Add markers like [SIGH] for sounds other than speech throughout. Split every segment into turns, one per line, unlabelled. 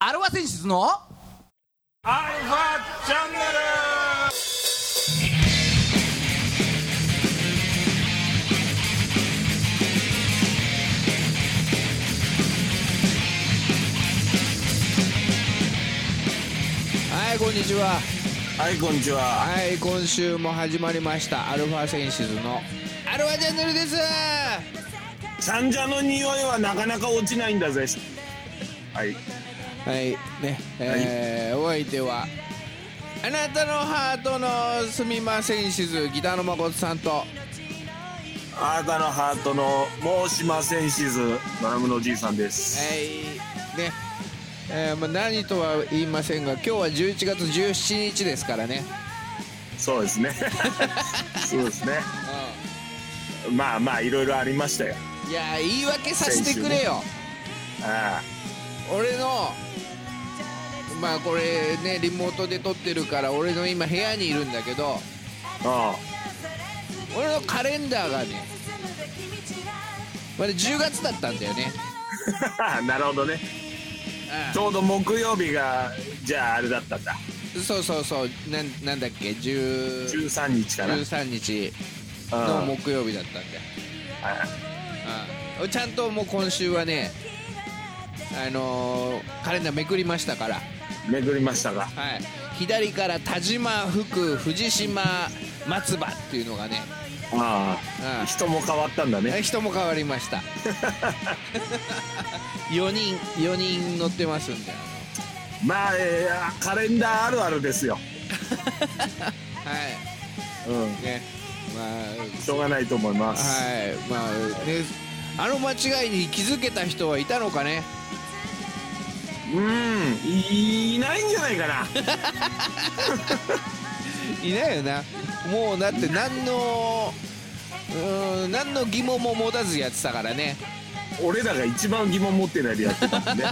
アルファ選出の
アルファチャンネル
はいこんにちは
はいこんにちは
はい今週も始まりましたアルファセンシズのアルファチャンネルですは
三者の匂いはなかなか落ちないんだぜはい
いねえーお相手はあなたのハートのすみませんしずギターの誠さんと
あなたのハートの申しませんしずドラムのおじいさんです
はいねえーまあ、何とは言いませんが今日は11月17日ですからね、
そうです [LAUGHS] ねそうですねまあまあいろいろありましたよ
いやー言い訳させてくれよ
あ
俺のまあこれねリモートで撮ってるから俺の今部屋にいるんだけど
あ
俺のカレンダーがねまだ10月だったんだよね
うん [LAUGHS] なるほどねちょうど木曜日がじゃああれだったんだ
うんそうそうそうなんなんだっけ10
13日かな、うん、
13日の
あ
木曜日だったんだようんちゃんともう今週はねあのーカレンダーめくりましたから
めぐりましたが
はい左から田島福藤島松葉っていうのがね
ああ人も変わったんだ
うん
ね
人も変わりました [LAUGHS] 4人4人乗ってますんで
まあ、えーカレンダーあるあるですよ、
はい
うん、
ねま
しょうがないと思いま
あ
す、
はいまあねあの間違いに気づけた人はいたのかね
うんいいないんじゃないかな
いないよなもうだって何のうーん何の疑問も持たずやってたからね
俺らが一番疑問持ってないでやってたもんね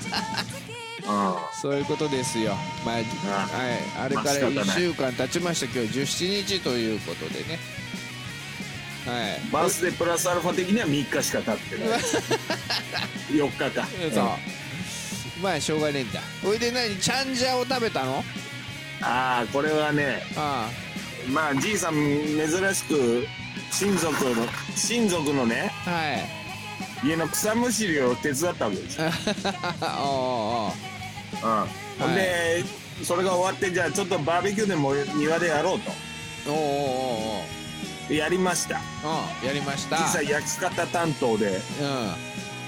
あ
そういうことですよまあ、はい、あれか
まあ仕
ら
方ない
1週間経ちました今日17日ということでねはい
あバースデープラスアルファ的には3日しか経ってない4日か
そうまあしょうがねえんだおいで何チャンジャを食べたの
ああこれはね
あ
まあじいさん珍しく親族の親族のね
あはい [LAUGHS]
家の草むしりを手伝ったわけですよ、
おうおうおう
うんほんでそれが終わってじゃあちょっとバーベキューでも庭でやろう
おうおうおうおう
とやりました
うん、やりました。
実際焼き方担当で
うん、は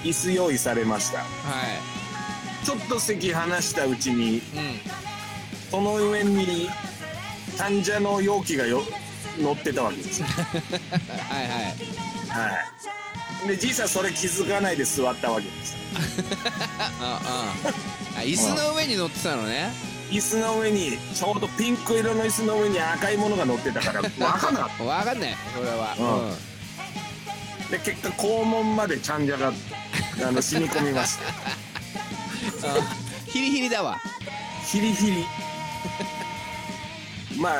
椅子用意されましたちょっと席離したうち
い、
に
うん、
その上に患者の容器がよ乗ってたわけですよ
はいはい。
はいでじいさんそれ気づかないで座ったわけです
あ、うん、あ、椅子の上に乗ってたのね。
椅子の上にちょうどピンク色の椅子の上に赤いものが乗ってたから分かんなかっ
わかんない、これは。
たで結果肛門までちゃんじゃがあの染み込みました
うん、ヒリヒリだわ。 [LAUGHS]
ヒリヒリ [LAUGHS] まあ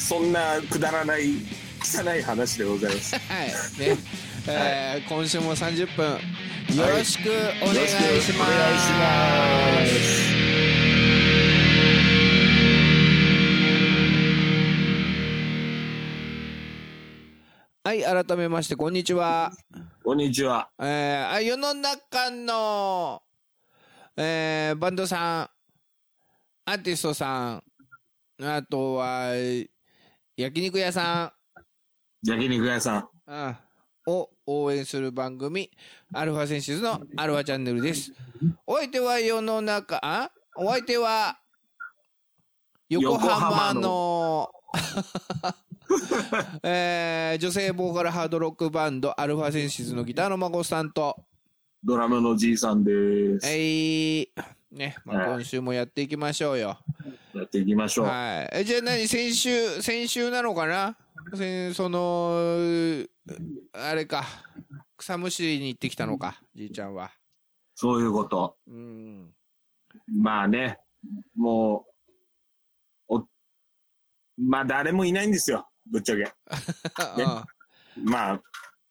そんなくだらない汚い話でございます
はい、ね、えー今週も三十分。よろしくお願いしま
よろしくお願いします
す。はい、改めまして、こんにちは。
こんにちは。
えー、あ世の中の、えーバンドさん、アーティストさん、あとは、焼肉屋さ
焼肉屋さん。
ん、うんを応援する番組、アルファセンシズのアルファチャンネルです。お相手は世の中、あお相手は、横浜の、えー女性ボーカルハードロックバンド、アルファセンシズのギターの孫さんと、
ドラムのじいさんです。
はい。ね、まあ、
はい
今週もやっていきましょうよ。
やっていきましょう。
はい。えじゃあ何先週、先週なのかな先その、あれか。草むしりに行ってきたのか、じいちゃんは。
そういうこと。
うん。
まあね、もう、お、まあ誰もいないんですよ。ぶっちゃけ。
[LAUGHS] あ
まあ、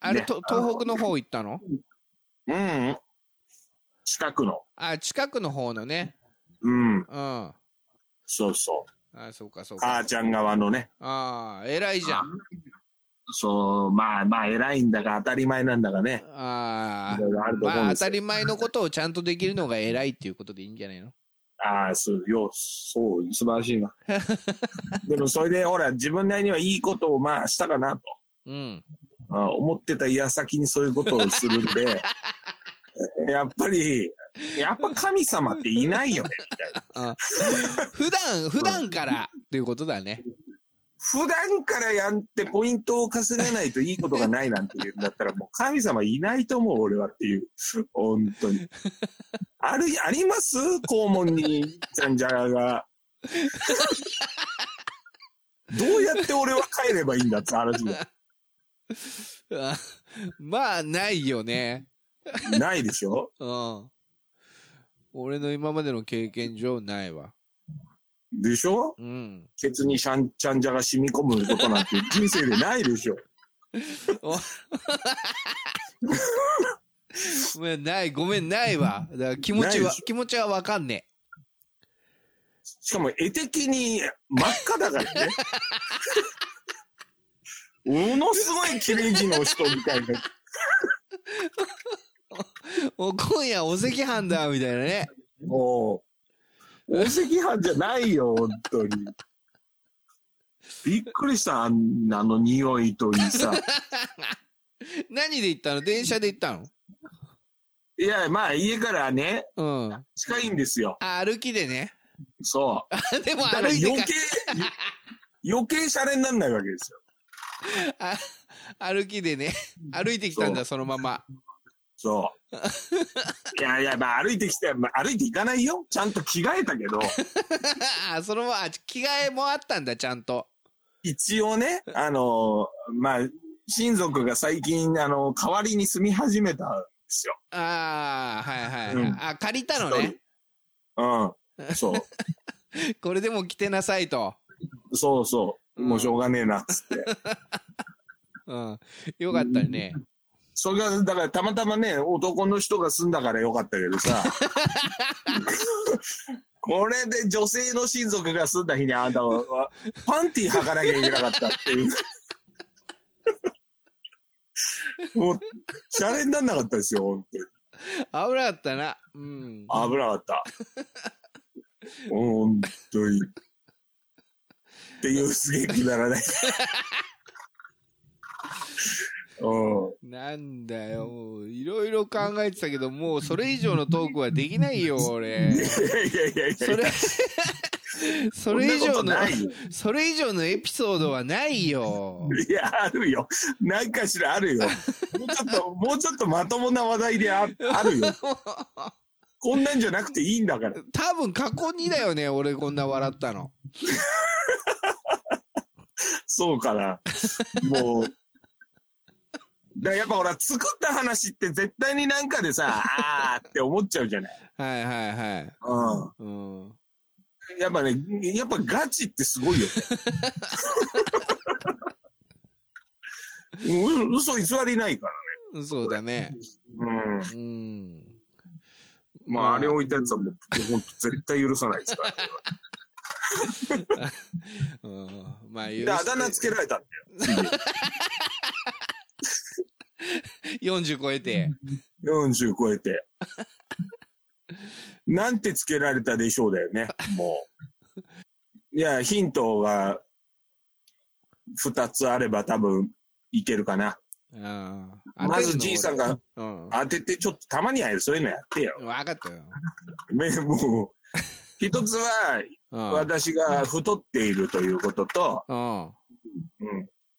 あれ、
ね
と東北の方行ったの
うん。近くの。
あ、近くの方のね。
うん。
うん。あ
そうそ
そうか、そう
う。
か。
母ちゃん側のね。
ああ、偉いじゃん。
そう、まあまあ、偉いんだか当たり前なんだかね。
ああ
いろいろある。と思う
ま
ん
あ、当
です
た
よ。
り前のことをちゃんとできるのが偉いっていうことでいいんじゃないの
ああ、そう、よう、そう、素晴らしい
[LAUGHS]
な。でも、それで、ほら、自分なりにはいいことを、まあ、したかなと。
うん。
あ思ってた矢先にそういうことをするん
[LAUGHS]
で、やっぱり、やっぱ神様っていないよね、みたいな。
普段、普段からっていうことだね。
普段からやってポイントを稼げないといいことがないなんて言うんだったら、もう神様いないと思う、俺はっていう。本当に。ある、あります肛門に、ちゃんじゃらが。どうやって俺は帰ればいいんだって話だ
あ [LAUGHS] まあ、ないよね。
ないでしょ
うん。俺の今までの経験上ないわ。
でしょ
うん。
ケツにシャンちゃんじゃが染み込むことなんて人生でないでしょ。
ごめん、ない、ごめん、ないわ。だから気持ち
ないで
は
し、
気持ちはわかんね
しかも絵的に真っ赤
[LAUGHS]
だからね。ものすごい綺麗人の人みたい
え。
な。
お今夜お赤飯だ、みたいなね。
もう、お赤飯じゃないよ、本当に。びっくりした、あんなの匂いといいさ。
何で行ったの電車で行った
いや、まあ家からね、
のうん。
近いんですよ。
あ、歩きでね。 [LAUGHS]
そ
あでも
う。だから
歩い
余
て
計
か、、
余計シャレになんないわけですよ。
あ歩きでね。歩いてきたん
そ
だ、
う
そのまま。 [LAUGHS]
そう。いやいや、まあ歩いてきて、まあ、歩いていかないよ。ちゃんと着替えたけど、
あそのまま、あ着替えもあったんだ、ちゃんと。
一応ね、あの、まあ、親族が最近、あの、代わりに住み始めたんですよ。
ああ、はいはい、はい
うん
あ、借りたのね。
うん。そう。
これでも着てなさいと。
そうそう。もうしょうがねえな、つって。
うん。よかったね。
それが、だからたまたまね、男の人が住んだからよかったけど [LAUGHS] さ。これで女性の親族が住んだ日にあんたは、パンティー履かなきゃいけなかったって [LAUGHS] いう。もう、シャレになんなかったですよ、本
危なかったな。うん。
当に。危な
[LAUGHS]
かった。本当に。っていうすげえくだ
[LAUGHS]
らない。うん。
なんだよ。もういろいろ考えてたけど、もうそれ以上のトークはできないよ、俺
い。やいやいやいや
そ
[LAUGHS]
れ、それ以上
そん
の
なこと、ないよ
それ以上のエピソードはないよ。
いや、あるよ。なんかしらあるよ。もうちょっと、もうちょっとまともな話題でああるよ。こんなんじゃなくていいんだから。
多分過去にだよね、俺こんな笑ったの。
そうかな。もう。だからやっぱほら、作った話って絶対になんかでさ、あーって思っちゃうじゃない。
はいはいはい。
う
うん。
ん。やっぱね、やっぱガチってす [LAUGHS] ごいよ。う嘘偽りないから。
そうだね。
うん。
うん。
まあ、あれ置いたやつはもう、ほんと絶対 [LAUGHS] 許さないですから。
うん。まあ、
で、あだ名つけられたんだよ。
40超えて。
40超えて。なんてつけられたでしょうだよね、もう。いや、ヒントが2つあれば多分いけるかな。
うん。
まずじいさんが
うん。
当てて、ちょっとたまにはそういうのやってよ。
分かったよ。
[LAUGHS] ね、もう。一つは、
うん。
私が太っているということと、
うん。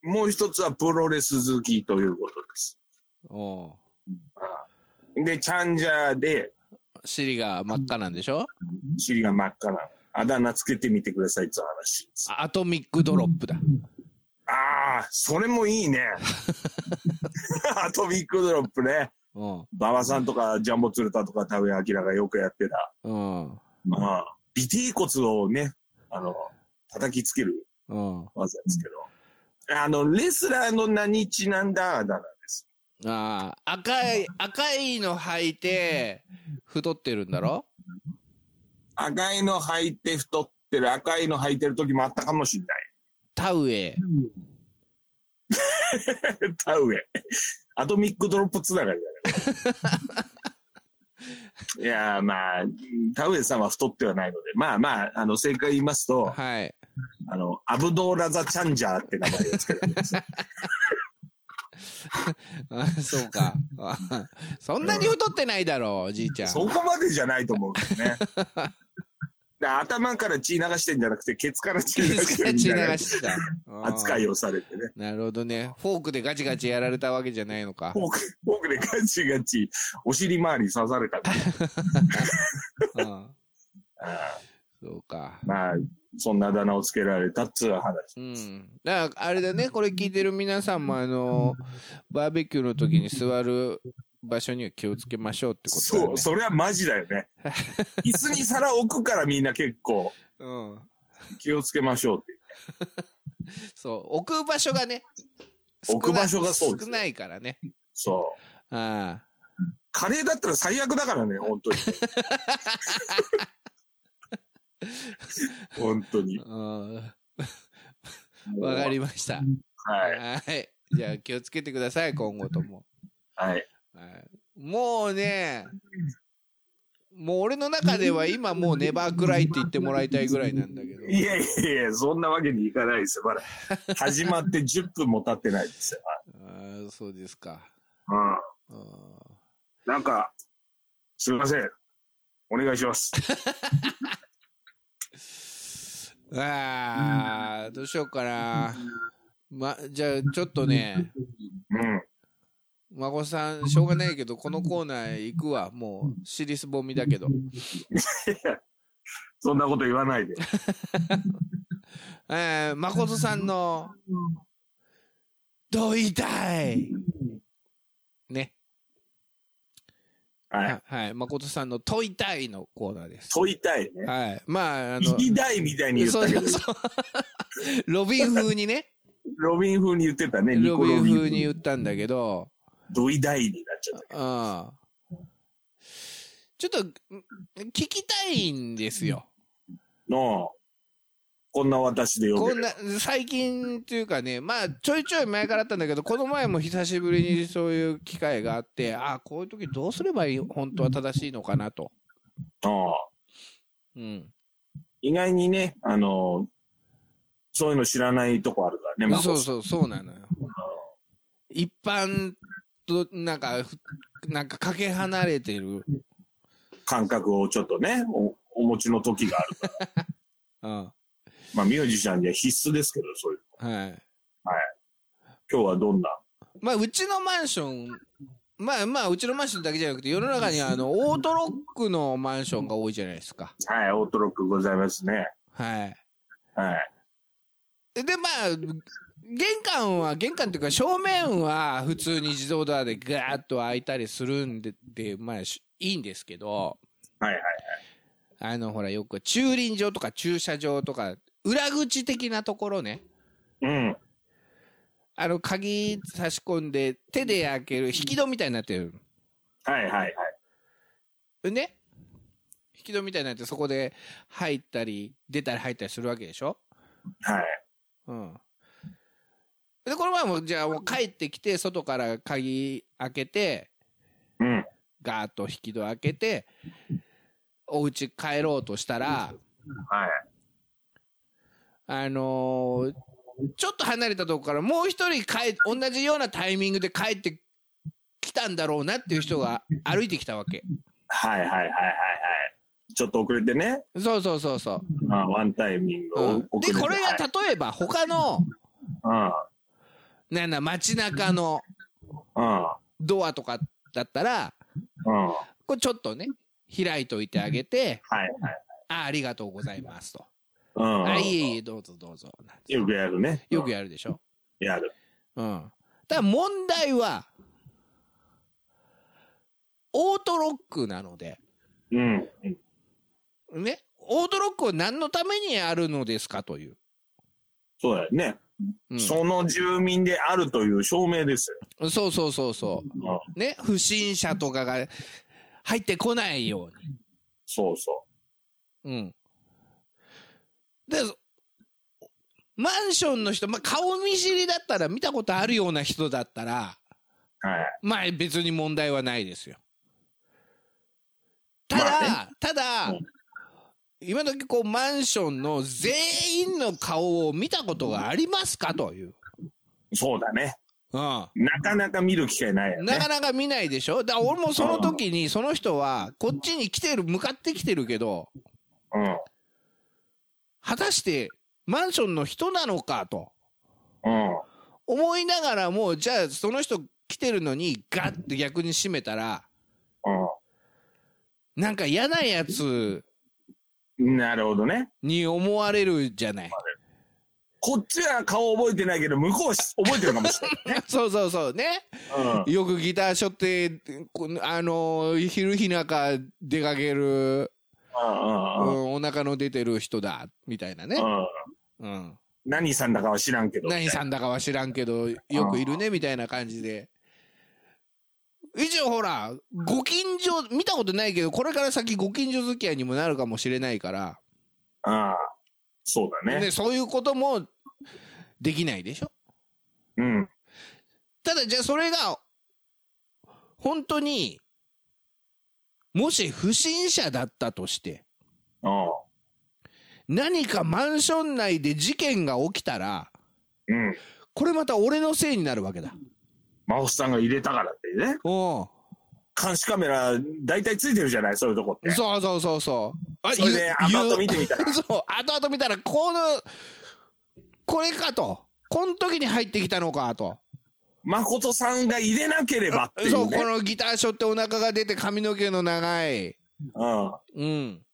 うん、もう一つはプロレス好きということです。
おう
で、チャンジャーで、
尻が真っ赤なんでしょ
尻が真っ赤な。あだ名つけてみてくださいって話です。
あアトミックドロップだ。
ああ、それもいいね。 [LAUGHS] アトミックドロップね。
うん。
馬場さんとかジャンボ鶴田とか田上明がよくやってた。
うん。
まあ、尾て骨をね、あの、叩きつける
うん。
技ですけど。あの、レスラーの名にちなんだあだ名です。
ああ、赤い、赤いの履いて、太ってるんだろ
赤いの履いて太ってる、赤いの履いてる時もあったかもしんない。
田植え。
田植え。アトミックドロップつながりだから。いやーまあ、田植えさんは太ってはないので、まあまあ、あの、正解言いますと、
[LAUGHS] はい。
あの、アブドーラザ・チャンジャーって名前をつけてます。
あそうか。 [LAUGHS] あそんなに太ってないだろう、じいちゃん。
そこまでじゃないと思うんですね。で頭から血流してんじゃなくて、ケツから血流してるみ
血
たいな
流して [LAUGHS] た。あー
扱いをされてね。
なるほどね。フォークでガチガチやられたわけじゃないのか。
フォーク、フォークでガチガチ、お尻周り刺された。
[LAUGHS] うん
あ
そうか
ー。まあ、そんなあだ名をつけられたっつう話。
うん。だから、あれだね、これ聞いてる皆さんも、あの、バーベキューの時に座る場所には気をつけましょうってことだよ
そ
ね。
う、それはマジだ
[LAUGHS]
よね。椅子に皿置くからみんな結構
うん。
気をつけましょうって。
そう、置く場所がね、
置く場所がそうです
少ないからね。
そう。
あ
カレーだったら最悪だからね、本
[LAUGHS]
当に。本当に
あ。。うん。わかりました。
はい。
はい。じゃあ気をつけてください、今後とも。
はい。
はいもうね、もう俺の中では今もうネバークライって言ってもらいたいぐらいなんだけど。
いやいやいや、そんなわけにいかないですよ。まだ始まって10分も経ってないですよ。
ああ、そうですか。
うん。
あ
なんか、すいません。お願いします。
ーあー、どうしようかな。ま、じゃあちょっとね、
うん。
孫さん、しょうがないけど、このコーナー行くわ。もう、尻すぼみだけど。
そんなこと言わないで。
えー、誠さんの、どう言いたいね。
はい。
ははい。誠さんの問いたいのコーナーです。
問いたいね。
はい。まあ、あの
聞、きたいみたいに言っ
そう
たけど、
そう。 [LAUGHS] ロビン風にね、
ロビン風に言ってたね。ニ
ロ
コ
ビ
ロ
ン
ビン
風に言ったんだけど、
どいだいになっちゃ
う
っ
ん。ちょっと、ん聞きたいんですよ。
た。のこんな私でよ
こ
け
ん
れば
な、最近っていうかね、まあ、ちょいちょい前からあったんだけど、この前も久しぶりにそういう機会があって、ああ、こういう時どうすればいい、本当は正しいのかなと。
の
うん。
意外にね、あの、そういうの知らないとこあるからね、まあ
そうそう、そうなのよ。一般と、なんか、ふなんかかけ離れてる。
感覚をちょっとね、おお持ちの時が
[LAUGHS]
ある。
うん。
まあ、ミュージシャンには必須ですけど、そういう。
はい。
今日はどんな
まあ、うちのマンション、まあまあ、うちのマンションだけじゃなくて、世の中にはあの、オートロックのマンションが多いじゃないですか。
はい、オートロックございますね。
はい。
はい。
で、まあ、玄関は、玄関っていうか、正面は普通に自動ドアでガーッと開いたりするんで、でまあ、しいいんですけど、
はいはい。
あの、ほら、よく駐輪場とか駐車場とか、裏口的なところね、
うん。
あの、鍵差し込んで、手で開ける引き戸みたいになってる。
はいはいはい。
ね引き戸みたいになってそこで入ったり出たり入ったりするわけでしょ
はい。
うん。で、この前もじゃあもう帰ってきて外から鍵開けて
うん。
ガーッと引き戸開けてお家帰ろうとしたら
はい。
あのーちょっと離れたとこからもう一人帰同じようなタイミングで帰ってきたんだろうなっていう人が歩いてきたわけ。
はいはいはいはいはい。ちょっと遅れてね。
そうそうそうそう。
まあ、ワンタイミング
う
を
ん、
遅
で、
れて。
これが例えば他の
は
なんだ、街中の
いうん。
ドアとかだったら、
うん。うん。は
これちょっとね、開いといてあげて、
いはい。
あありがとうございますと。
うん。
あ、いえいえ、どうぞどうぞ。なんて
よくやるね。
よくやるでしょ。
やる。
うん。ただ問題は、オートロックなので、
うん。
ね、オートロックを何のためにあるのですかという。
そうだよね。
うん
その住民であるという証明ですよ。
そうそうそうそう。ね、不審者とかが入ってこないよ
そうそう
に。うん。で、マンションの人、まあ、顔見知りだったら、見たことあるような人だったら、
う。はい。
まあ別に問題はないですよ。ただ、
まあ
ただ、
うん
今時こうマンションの全員の顔を見たことがありますかという。
そうだね。
うん。
なかなか見る機会ないよ
な
ね。
かなか見ないでしょだから俺もその時にその人はこっちに来てる向かってきてるけど果たしてマンションの人なのかと
うん。うん。
思いながらもじゃあその人来てるのにガッて逆に閉めたらなんか嫌なやつ
うん。なるほどね。
に思われるじゃない。
こっちは顔覚えてないけど、向こうはし覚えてるかもしれないね。
そうそうそうね。
うん。
よくギターしょって、こあのー、昼日中出かける、
うん
う
うんうん
んお腹の出てる人だ、みたいなね。
うん。
うん。
何さんだかは知らんけど。
何さんだかは知らんけど、よくいるね、みたいな感じで。一応ほら、ご近所、見たことないけど、これから先ご近所付き合いにもなるかもしれないから、
ああ。そうだね。
ね、そういうこともできないでしょ
うん。
ただじゃあそれが、本当に、もし不審者だったとして、
うん。
何かマンション内で事件が起きたら、
うん。
これまた俺のせいになるわけだ。
真帆さんが入れたからってね。
お
監視カメラ、大体ついてるじゃないそういうとこっ
う
て。
そうそうそうそう。あ
それで、後々見
た。
てみた
[LAUGHS]
ら
そう、後々見たら、この、これかと。この時に入ってきたのかと。
誠さんが入れなければってい
そうう、
ね
こ。のギターショってお腹が出て髪の毛の長い。
うん。
うん。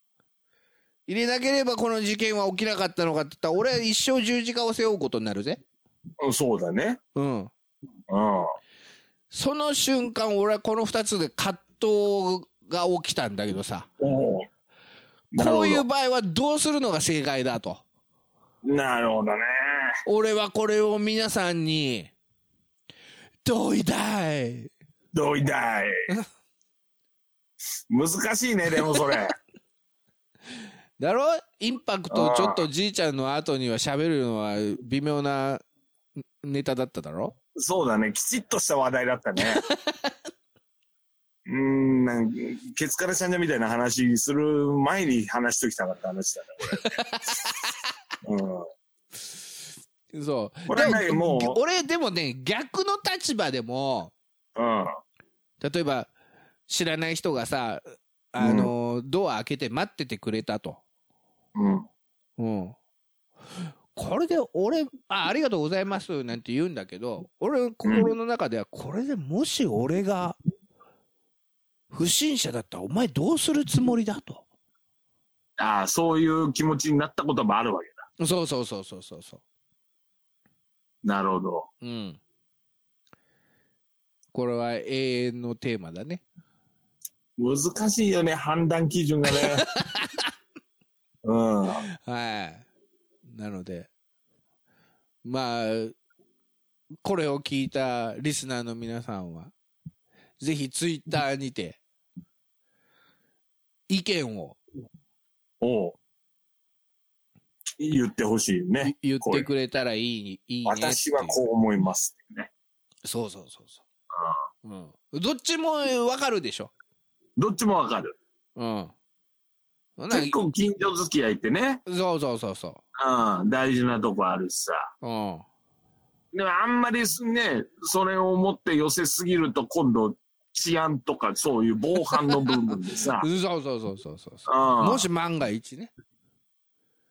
入れなければこの事件は起きなかったのかって言ったら、俺は一生十字架を背負うことになるぜ。
うんそうだね。
うん。
うん。
その瞬間、俺はこの二つで葛藤が起きたんだけどさ。
おう
こういう場合はどうするのが正解だと。
なるほどね。
俺はこれを皆さんに、どういたい。
どういたい。
[LAUGHS]
難しいね、でもそ
[LAUGHS]
れ。
だろインパクトをちょっとじいちゃんの後には喋るのは微妙なネタだっただろ
そうだね。きちっとした話題だったね。うーん、なんかケツからちゃんじゃみたいな話する前に話しときたかった話だね、これ。うん。
そう。
俺はね
でも
もう
俺でもね、逆の立場でも、
うん。
例えば知らない人がさ、あの、ドア開けて待っててくれたと。
うん。
うん。これで俺、あ、ありがとうございますなんて言うんだけど、俺、心の中では、これでもし俺が、不審者だったら、お前どうするつもりだと。
ああ、そういう気持ちになったこともあるわけだ。
そうそうそうそうそうそ
なるほど。
う。うん。これは永遠のテーマだね。
難しいよね、判断基準がね。
[LAUGHS]
うん。
はい。なので、まあ、これを聞いたリスナーの皆さんは、ぜひツイッターにて、意見を
おう言ってほしいね。
言ってくれたらいいに、いいねっていう。
私はこう思います。ね。
う。そうそうそうそう。うん。どっちもわかるでしょ。
どっちもわかる。
うん。そんな
結構近所付き合いってね、
そうそうそうそ
うん、大事なとこあるしさ。
う。うん。。
でもあんまりね、それを持って寄せすぎると今度治安とかそういう防犯の部分でさ
[LAUGHS] そうそうそうそうそうそう。
うん、
もし万が一ね。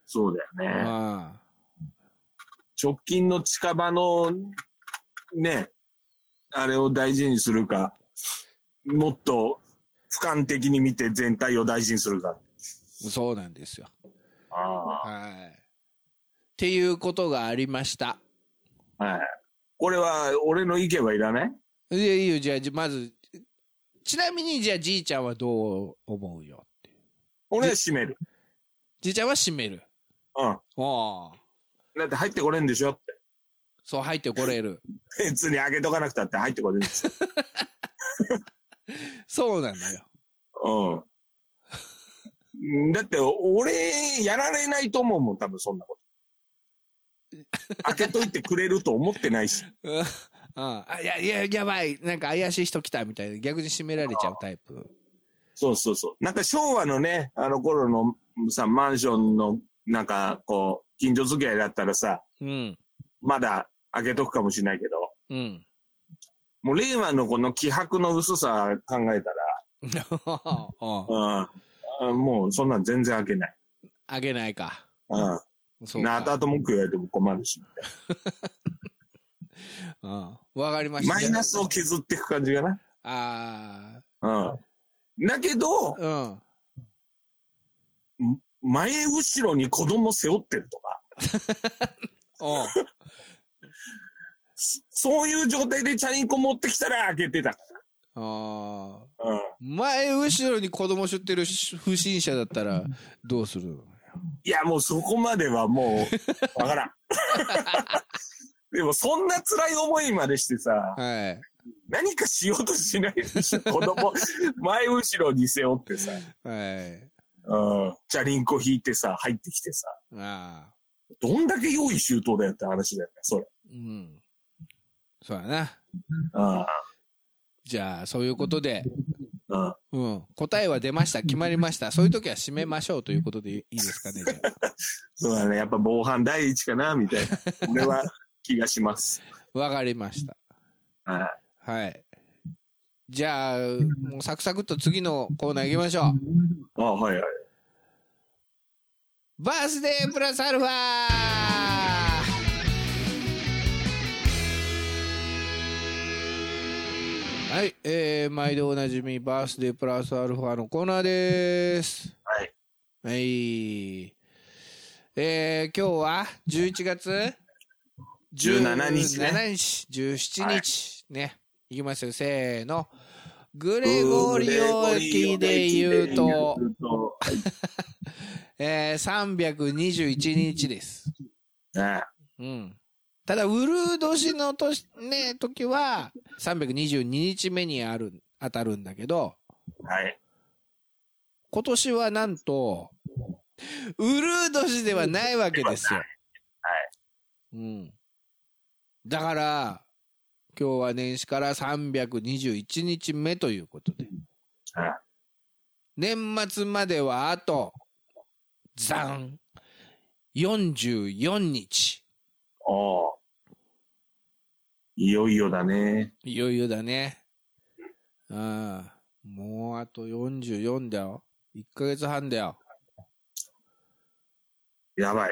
そうだ
う
よね。
ん。
直近の近場のね、あれを大事にするか、もっと俯瞰的に見て全体を大事にするか。
そうなんですよ。
あ
はい。っていうことがありました。
あ、はい。これは俺の意見はいらない
いやいいよ、じゃあ、じまず、ちなみに、じゃあ、じいちゃんはどう思うよ。
俺は閉める。
じいちゃんは閉める。
うん。
おー
だって入ってこれんでしょって。 [LAUGHS]
そう入ってこれる。
別に上げとかなくたって入ってこれるんですよ。
そうなのよ。
うん。だって、俺、やられないと思うもん、多分そんなこと。開けといてくれると思ってない [LAUGHS] し。
[LAUGHS] うんああ、いや、いや、やばい。なんか怪しい人来たみたいな。逆に締められちゃうタイプ。
そうそうそう。なんか昭和のね、あの頃のさ、マンションの、なんか、こう、近所付き合いだったらさ、
うん。
まだ開けとくかもしれないけど、
うん。 [LAUGHS]
もう令和のこの気迫の薄さ考えた
うん
ら、うんあ。もうそんなん全然開けない。
あげないか。
う
そ
ん。
う
なあと
か。
あと文句言われても困るし。
うん。わかりました。
マイナスを削っていく感じかな。
あ
うん。だけど、
あ、うん。
前後ろに子供背負ってるとか、
おう
そういう状態でチャリンコ持ってきたら開けてたか
ああ。
ら。うん。
前後ろに子供知ってる不審者だったらどうするの
いや、もうそこまではも
[LAUGHS]
う、わからん。でもそんな辛い思いまでしてさ、
はい。
何かしようとしないでしょ、子供。前後ろに背負ってさ、
はい。
うん。チャリンコ引いてさ、入ってきてさ、
ああ。
どんだけ用意周到だよって話だよね、それ。
うん。そうやな。
うん。
じゃあ、そういうことで、
うん。
うん。答えは出ました。決まりました。そういう時は締めましょうということでいいですかね。じゃあ
そうだね、やっぱ防犯第一かな、みたいな。俺は気がします。
わかりました。
はい。
はい。じゃあ、もうサクサクっと次のコーナー行きましょう。
あはいはい。
バースデープラスアルファはい、えー、毎度おなじみ、バースデープラスアルファのコーナーです。
はい。
はい。えー、今日は11月
17日ね
17日、17日、ね。いきますよ、せーの。グレゴリオ駅で言うと、えー、321日です。
ね、
うん。ただ、ウルー年の年、ね、時は、322日目にある、当たるんだけど、
はい。
今年はなんと、ウルー年ではないわけですよ。うん。だから、今日は年始から321日目ということで
はい。
年末まではあと、ざん、44日。
おーいよいよだね。
いよいよだね。うん。もうあと44だよ。1ヶ月半だよ。
やばい。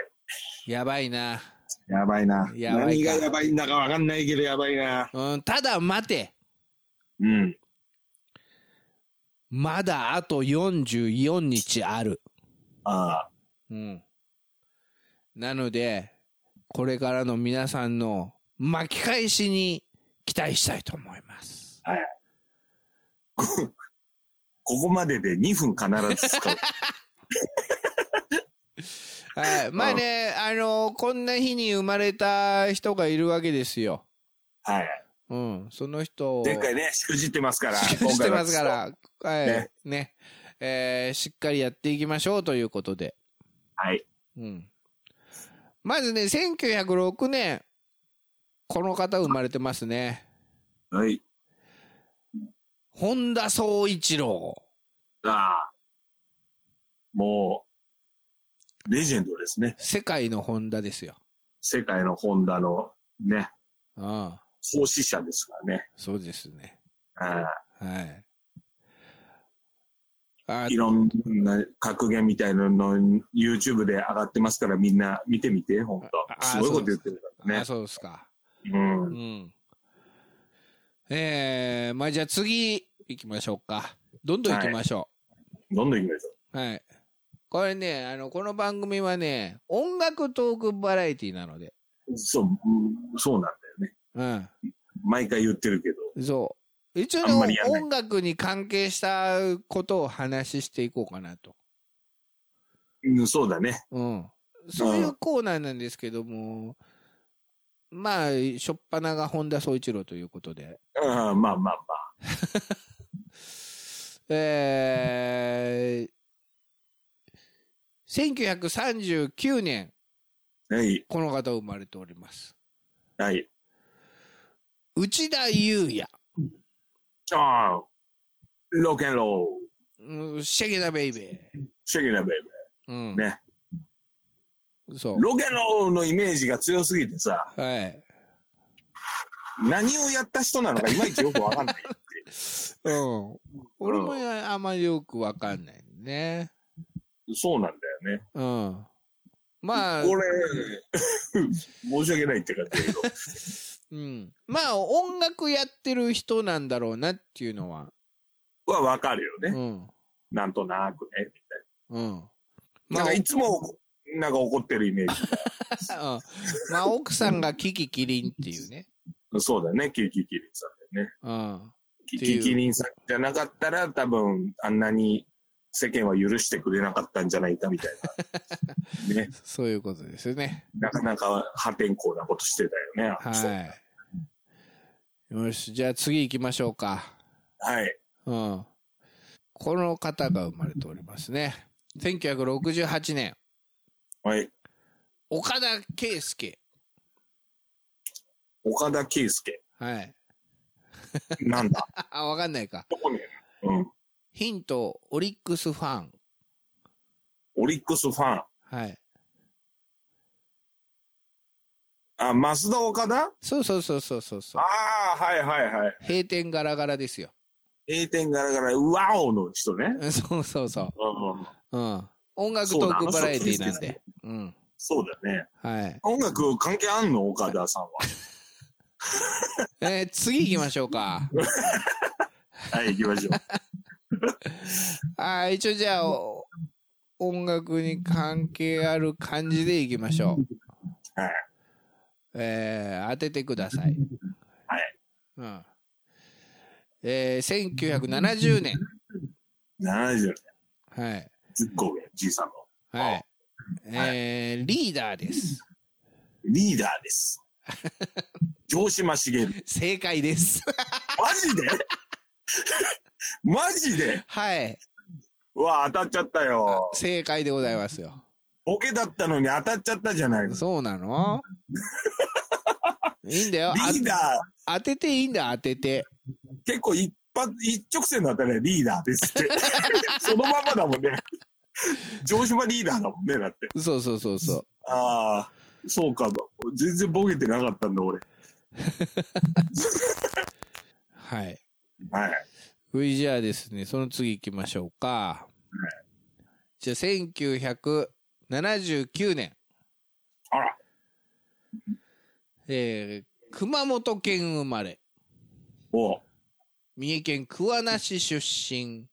やばいな。
やばいな。
やばい
何
か
がやばいんだかわかんないけど、やばいな。
うん、ただ待て。
うん。
まだあと44日ある。
あ
うん。なので、これからの皆さんの巻き返しに期待したいと思います。
ここまでで2分必ず使う。
はい。まあね、あの、こんな日に生まれた人がいるわけですよ。
はい。
うん。その人を。
前回ね、しくじってますから。
しくじってますから、はい、ね
ね
えーしっかりやっていきましょうということで。
はい。
うん。まずね、1906年、この方生まれてますね。
はい。
本田宗一郎。
ああ。もう、レジェンドですね。
世界の本田ですよ。
世界のホンダのね、
ああ、
創始者ですからね。
そうですね。
ああ
はい。あ
いろんな格言みたいなの YouTube で上がってますからみんな見てみて、本
ああ
当すごいこと言ってるから
あ、
ね。
そうですか。
うん
う。ん。えー、まあじゃあ次行きましょうか。どんどん行きましょう。
どんどん行きましょ
はい。これね、あの、この番組はね、音楽トークバラエティなので。
う。そう、うんそうなんだよね。
うん。
毎回言ってるけど。
そう。一応ね
あんまりやんない
音楽に関係したことを話していこうかなと。
うん、そうだね。
うん。そういうコーナーなんですけども、まあ、しょっぱなが本田宗一郎ということで。
うん、まあまあまあ。
えー、1939年、
はい、
この方生まれております。
はい。
内田裕也、
ああ、ロケンロール、
うんシェゲダベイベ
シェギュラベ
ー。
イ
うん。
ね
そ
ブ。ロケンロールのイメージが強すぎてさ、
う。はい。
何をやった人なのかいまいちよくわかんない。
[LAUGHS] うん。俺もあんまりよくわかんないね。
そうなんだよね。
うん。まあ、
これ、 [LAUGHS] 申し訳ないって感じだけど。
うん。まあ、音楽やってる人なんだろうなっていうのは。
はわかるよ
う
ね。
ん。
なんとなくね。
うん。
な
ま
ん
あ
か、いつも、なんか怒ってるイメージ。
うんまあ、奥さんがキキキリンっていうね。
そうだよね、キーキーキリンさんだよね。
うん。
キー
って
キ
いう
ーキリンさんじゃなかったら、多分、あんなに世間は許してくれなかったんじゃないかみたい
[LAUGHS]
な。ね、
そういうことですよね。
なかなか破天荒なことしてたよね、あの人
はい。よし、じゃあ次行きましょうか。
はい。
うん。この方が生まれておりますね。1968年、
はい。
岡田圭介。
岡田圭介。
はい。
なんだ
あ、わかんないか。
どこにいるうん。
ヒント、オリックスファン。
オリックスファン。
はい。
あ、増田岡田
そうそうそうそうそうそう
あ。あ、はいはいはい。
閉店ガラガラですよ。
閉店ガラガラ、うわおの人ね。
うんそうそうそ
う
う。う
ん。
ん。音楽トークバラエティなんで。うん。
そうだね。
はい。
音楽関係あんの岡田さん
[LAUGHS]
は。
えー次行きましょう [LAUGHS] か。
はい、行きましょう。
あー一応じゃあ、お音楽に関係ある感じで行きましょう。
はい。
えー当ててください。
はい。
うん。えー、1970年。
70年、
はい。
10個上、じいさんの。
はい。えー、リーダーです。
リーダーです。城島茂。
正解です。
マ
[LAUGHS]
ジでマジで
はい。
うわ、当たっちゃったよ。
正解でございますよ。
ボケだったのに当たっちゃったじゃないの。
そうな
[LAUGHS]
のいいんだよ。あ
リーダ
当てていいんだ、当てて。
ー、結構一発、一直線だったね、リーダーですって。そのままだもんね。城島リーダーだもんね、だって。
そうそうそうそう。
ああ、そうか。全然ボケてなかったんだ、俺。
はい。
はい。
それじゃあですね、その次行きましょうか。じゃあ、1979年。
あら、
えー、熊本県生まれ。
おう
三重県桑名市出身。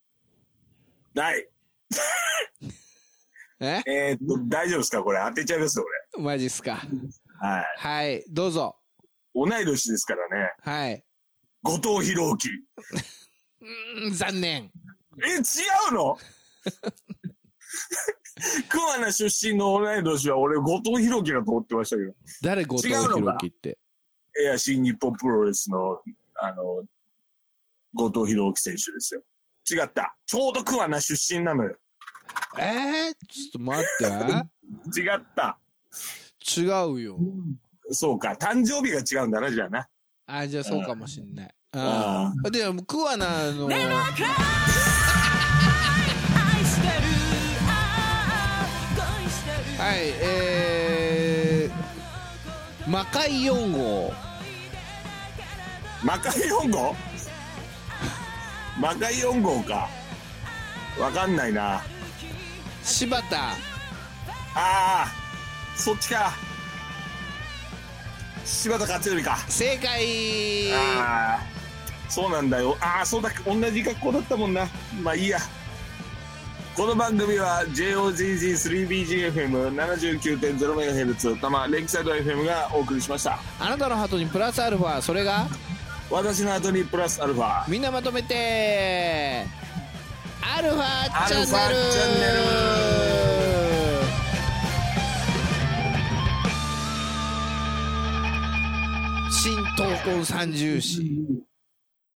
ない。
え
えー、っと、大丈夫ですかこれ当てちゃいますよ、
マジっすか。
俺。はい。
はい、どうぞ。
同い年ですからね。
はい。
後藤弘樹。
うーん、残念。
え、違うの熊名出身の同い年は俺、後藤弘樹だと思ってましたけど。
誰後藤
違うのか
弘樹って。
いや、新日本プロレスの、あの、後藤弘樹選手ですよ。違った。ちょうど熊名出身なのよ。
えー、ちょっと待っ
違った。
て。違うよ。
そうか。誕生日が違うんだな、じゃあな。
あ、じゃあそうかもしんない。
あ
うん。で、桑名の、
愛してるああ恋してる
はい、えー、魔界4号。
魔界4号魔界4号か。わかんないな。
柴田、
ああ、そっちか。柴田勝頼か。
正解
ああ、そうなんだよ。ああ、そうだ、同じ学校だったもんな。まあいいや。この番組は JOZZ3BGFM79.0MHz 多摩レイクサイド FM がお送りしました。
あなたのハートにプラスアルファ、それが、
私の後にプラスアルファ。
みんなまとめて、アルファ
ア
チ
ル
ャン
ファ
ネル
チャンネル
闘魂三重士